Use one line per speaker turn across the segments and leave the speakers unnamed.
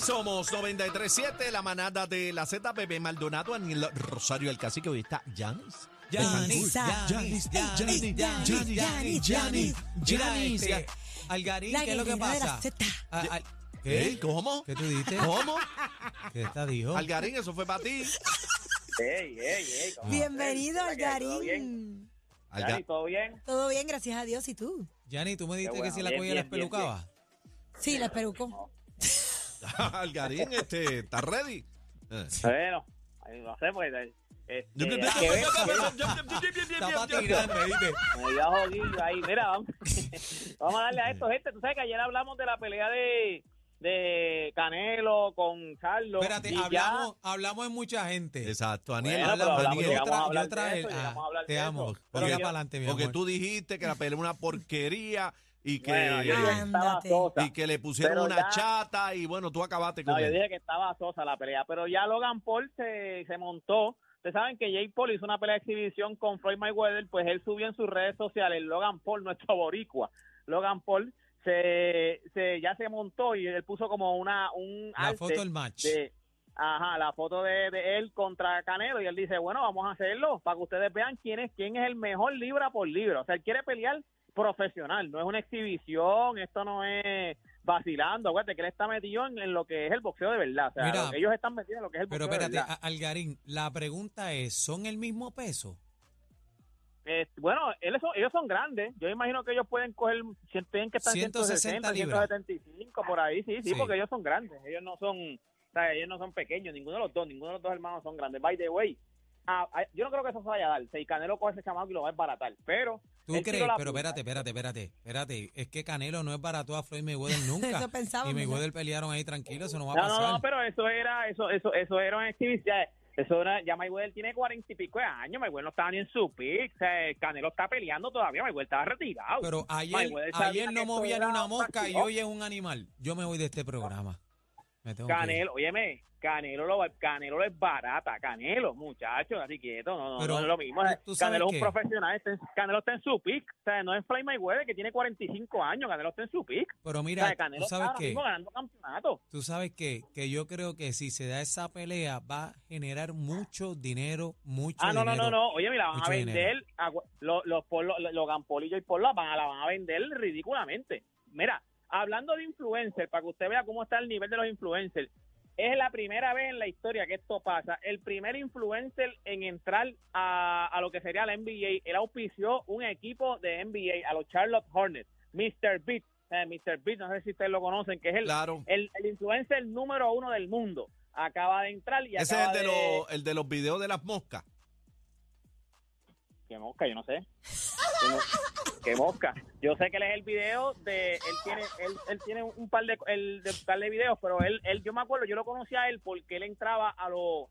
somos 937, la manada de la Z, Bebé Maldonado, Aniel Rosario, el cacique, hoy está Janis.
Yanis, Yanis, Yanis, Yanis, Yanis, Yanis. este.
Yanis. este, Algarín,
La
¿qué es lo que
guerrera de la
pasa?
Z.
Ah, ah,
¿Qué? ¿Cómo?
¿Qué tú dijiste?
¿Cómo?
¿Qué esta dijo?
Algarín, eso fue para ti.
Ey, ey, ey. ¿cómo
Bienvenido,
estás? ¿Qué es la que hay? ¿Todo bien?
Algarín.
Dani, ¿todo bien?
Todo bien, gracias a Dios. ¿Y tú?
Yanni, tú me dijiste
Qué
que
bueno,
si la
bien,
cogía la
bien, bien,
espelucaba.
Sí, la perucó.
Algarín, este, ¿estás ready? Eh.
Bueno, ay, no sé, pues. eh, Este, hay que ver,
Está para tirarme, ¿viste?
me dio jodido ahí. Mira, vamos, vamos a darle a esto, gente. Tú sabes que ayer hablamos de la pelea de, de Canelo con Carlos. y
Espérate,
ya-
hablamos, hablamos en mucha gente.
Exacto,
Bueno,
Aniel.
pero
hablamos,
hablamos,
Aniel.
llegamos a hablar de
traje-
eso, llegamos a
ah,
hablar
te
de eso.
amo.
Pero
Pero ya
yo-
para adelante, mi
Porque
amor.
tú dijiste que la pelea era una porquería y que,
Bueno, yo dije que estaba
Ándate.
sosa.
y que le pusieron
Pero
una
ya-
chata y bueno, tú acabaste con
No, yo
él.
dije que estaba sosa la pelea, pero ya Logan Paul se, se montó. Ustedes saben que Jake Paul hizo una pelea de exhibición con Floyd Mayweather, pues él subió en sus redes sociales, Logan Paul, nuestro boricua, Logan Paul, se, se ya se montó y él puso como una un
La
arte
foto del match.
de ajá, la foto de, de él contra Canelo y él dice, bueno, vamos a hacerlo para que ustedes vean quién es quién es el mejor libra por libra. O sea, él quiere pelear profesional, no es una exhibición, esto no es vacilando, acuérdate que él está metido en, en lo que es el boxeo de verdad, o sea,
Mira,
lo que ellos están metidos en lo que es el
Pero
boxeo de
espérate,
verdad.
a- Algarín, la pregunta es, ¿son el mismo peso?
Eh, bueno, ellos son, ellos son grandes. Yo imagino que ellos pueden coger, tienen que estar en
160
160,
libras.
175 por ahí, sí, sí,
Sí.
porque ellos son grandes. Ellos no son, o sea, ellos no son pequeños, ninguno de los dos, ninguno de los dos hermanos son grandes. By the way, ah, ah, yo no creo que eso se vaya a dar. Si Canelo coge ese chamaco y lo va a embaratar, pero
¿Tú
Él tiró
crees?
la
Pero
punta.
espérate, espérate, espérate, espérate. Es que Canelo no es barato a Floyd Mayweather nunca.
Eso pensábamos,
Y
¿no?
Mayweather pelearon ahí tranquilo, eso no va a
No,
pasar.
no, no, pero eso era, eso, eso, eso era una actividad. Eso era, ya Mayweather tiene cuarenta y pico de años, Mayweather no estaba ni en su pick, o sea, Canelo está peleando todavía, Mayweather estaba retirado.
Pero ayer,
Mayweather sabía
ayer
que
no
esto
movía ni
era
una mosca y
práctico.
hoy es un animal. Yo me voy de este programa. Me tengo que ir.
Canelo, óyeme, Canelo, lo, Canelo es barata, Canelo, muchachos, así quieto, no, no,
Pero,
no es lo mismo.
¿tú sabes
Canelo es un
qué?
profesional, está en- Canelo está en su pick, o sea, no es Fly Mayweather que tiene 45 años, Canelo está en su pick.
Pero
O
mira,
sea, Canelo
tú
está
sabes
ahora
que
mismo ganando campeonato.
tú sabes que que yo creo que si se da esa pelea va a generar mucho dinero, mucho
Ah, no, no,
dinero.
no, no, oye, mira, van
Mucho
a vender,
dinero.
a- los, los, los, los Gampolillo y Porla van a, la van a vender ridículamente. Mira, hablando de influencers, para que usted vea cómo está el nivel de los influencers, es la primera vez en la historia que esto pasa. El primer influencer en entrar a, a lo que sería la NBA, él auspició un equipo de NBA, a los Charlotte Hornets, Mr. Beat. Eh, Mr. Beat, no sé si ustedes lo conocen, que es el,
Claro.
el, el influencer número uno del mundo. Acaba de entrar y
Ese es
acaba
el de, los, el de los videos de las moscas.
¿Qué mosca? Yo no sé. ¿Qué, mo- qué mosca? Yo sé que él es el video de... Él tiene, él, él tiene un par de, el, de, un par de videos, pero él, él, yo me acuerdo, yo lo conocí a él porque él entraba a los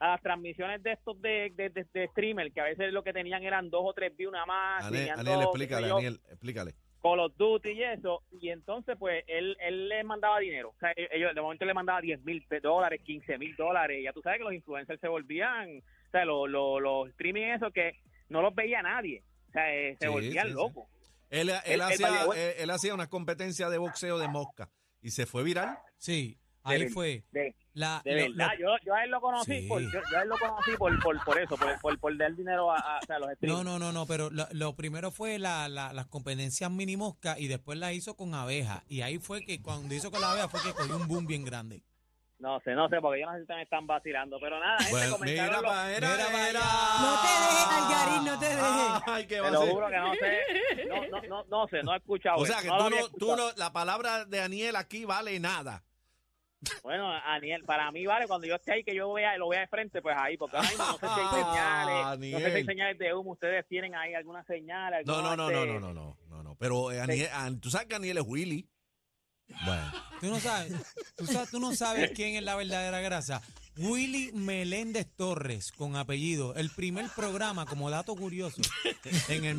a las transmisiones de estos de, de, de- de streamer, que a veces lo que tenían eran dos o tres views nada más.
Aniel,
lineando,
Aniel,
qué sé
explícale,
yo,
Aniel, explícale.
Call of Duty y eso. Y entonces, pues, él, él le mandaba dinero. O sea, e, ellos de momento le mandaba 10 mil dólares, 15 mil dólares. Ya tú sabes que los influencers se volvían, o sea, los, los, los streaming y eso que no los veía nadie. O sea, eh, se
Sí,
volvían
sí, sí.
locos.
Él, él
el
hacía, eh,
Mayagüez.
él, él hacía una competencia de boxeo de mosca y se fue viral.
Ah,
Sí, ahí
ver-
fue
De,
la
de
lo- lo-
verdad, yo, yo a él lo conocí,
Sí.
por, yo, yo a él lo conocí por, por, por eso, por, por, por dar dinero a, a- o sea, a los
No,
streamers.
no, no, no, pero lo, lo primero fue la, la- las competencias mini mosca y después la hizo con abeja. Y ahí fue que cuando hizo con la abeja fue que cogió un boom bien grande.
No sé, no sé, porque yo no sé si ustedes me están vacilando, pero nada, gente,
Bueno, Pues, mira,
comentaron los-
pa- era,
mira pa'
era.
allá.
No te dejes, Algarín, no te dejes.
Ay, qué va
Te
a
lo
ser.
juro que no sé, no, no, no, no sé, no he escuchado.
O
eso,
sea, que
no lo
tú,
había
no, tú
escuchado.
no- la palabra de Aniel aquí vale nada.
Bueno, Aniel, para mí vale cuando yo esté ahí que yo vea lo vea de frente, pues ahí, porque ahora mismo no sé si hay señales, no sé si hay
Ah, Aniel.
señales de humo, ustedes tienen ahí alguna señal.
No, no, no,
alguna,
no,
este,
ah, no, no, no, no, no. Pero eh, Aniel, An- tú sabes que Aniel es Willy. Bueno.
Tú no sabes, tú, sabes- tú no sabes quién es la verdadera grasa. Willy Meléndez Torres, con apellido, el primer programa, como dato curioso, en el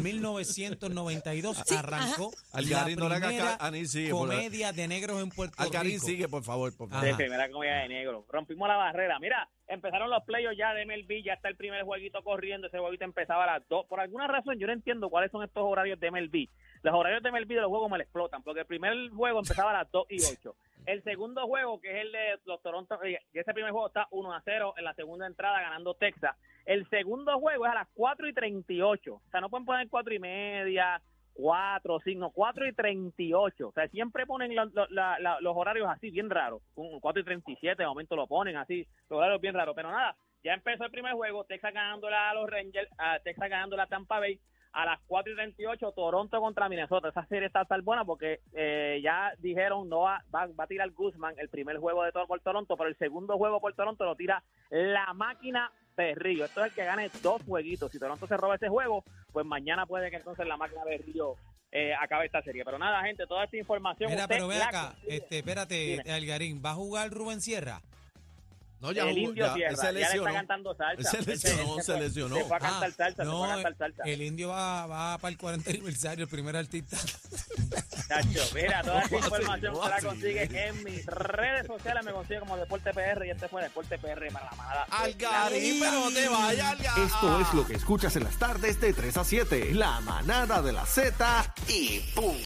1992 arrancó
Algarín, no le
la
hagas ca-
primera
ah, Aní, sigue, por-
comedia de negros en Puerto
Alcarín,
Rico.
sigue, por favor, por favor.
Ajá.
Sí, primera comida de negro. Rompimos la barrera. Mira, empezaron los playoffs ya de MLB, ya está el primer jueguito corriendo, ese jueguito empezaba a las 2. Por alguna razón yo no entiendo cuáles son estos horarios de MLB. Los horarios de MLB de los juegos me la explotan, porque el primer juego empezaba a las 2 y 8. El segundo juego, que es el de los Toronto, eh, ese primer juego está 1 a 0 en la segunda entrada ganando Texas. El segundo juego es a las 4 y 38. O sea, no pueden poner 4 y media, 4, 5, 4 y 38. O sea, siempre ponen la- la- la- la- los horarios así, bien raros. Un 4 y 37, de momento lo ponen así, los horarios bien raros. Pero nada, ya empezó el primer juego, Texas ganándola a los Rangers, a Texas ganándola a Tampa Bay. A las 4 y 38, Toronto contra Minnesota. Esa serie está tan buena porque eh, ya dijeron no va, va, va a tirar Guzmán el primer juego de todo por Toronto, pero el segundo juego por Toronto lo tira la máquina Berrío. Esto es el que gane dos jueguitos. Si Toronto se roba ese juego, pues mañana puede que entonces la máquina Berrío eh, acabe esta serie. Pero nada, gente, toda esta información.
Mira,
usted
pero ve
la
acá,
consigue.
este, espérate,
Dime.
Algarín, ¿va a jugar Rubén Sierra?
No,
el
jugó,
indio
él se
Sierra, ya le está
lesionó.
cantando salsa.
Él se
Él se-
lesionó,
él
se
fue-
lesionó.
Se fue a cantar
Ah,
salsa, se
no,
fue a cantar salsa.
El indio va, va para el 40 aniversario, el primer artista.
Chacho, mira, toda esta
¿Cómo así?
información
¿Cómo
se la
así?
consigue en mis redes sociales. Me consigue como Deporte PR y este fue Deporte PR para la manada.
Algarín, pero no te vayas, Algarín.
Esto es lo que escuchas en las tardes de 3 a 7. La manada de la Z y ¡pum!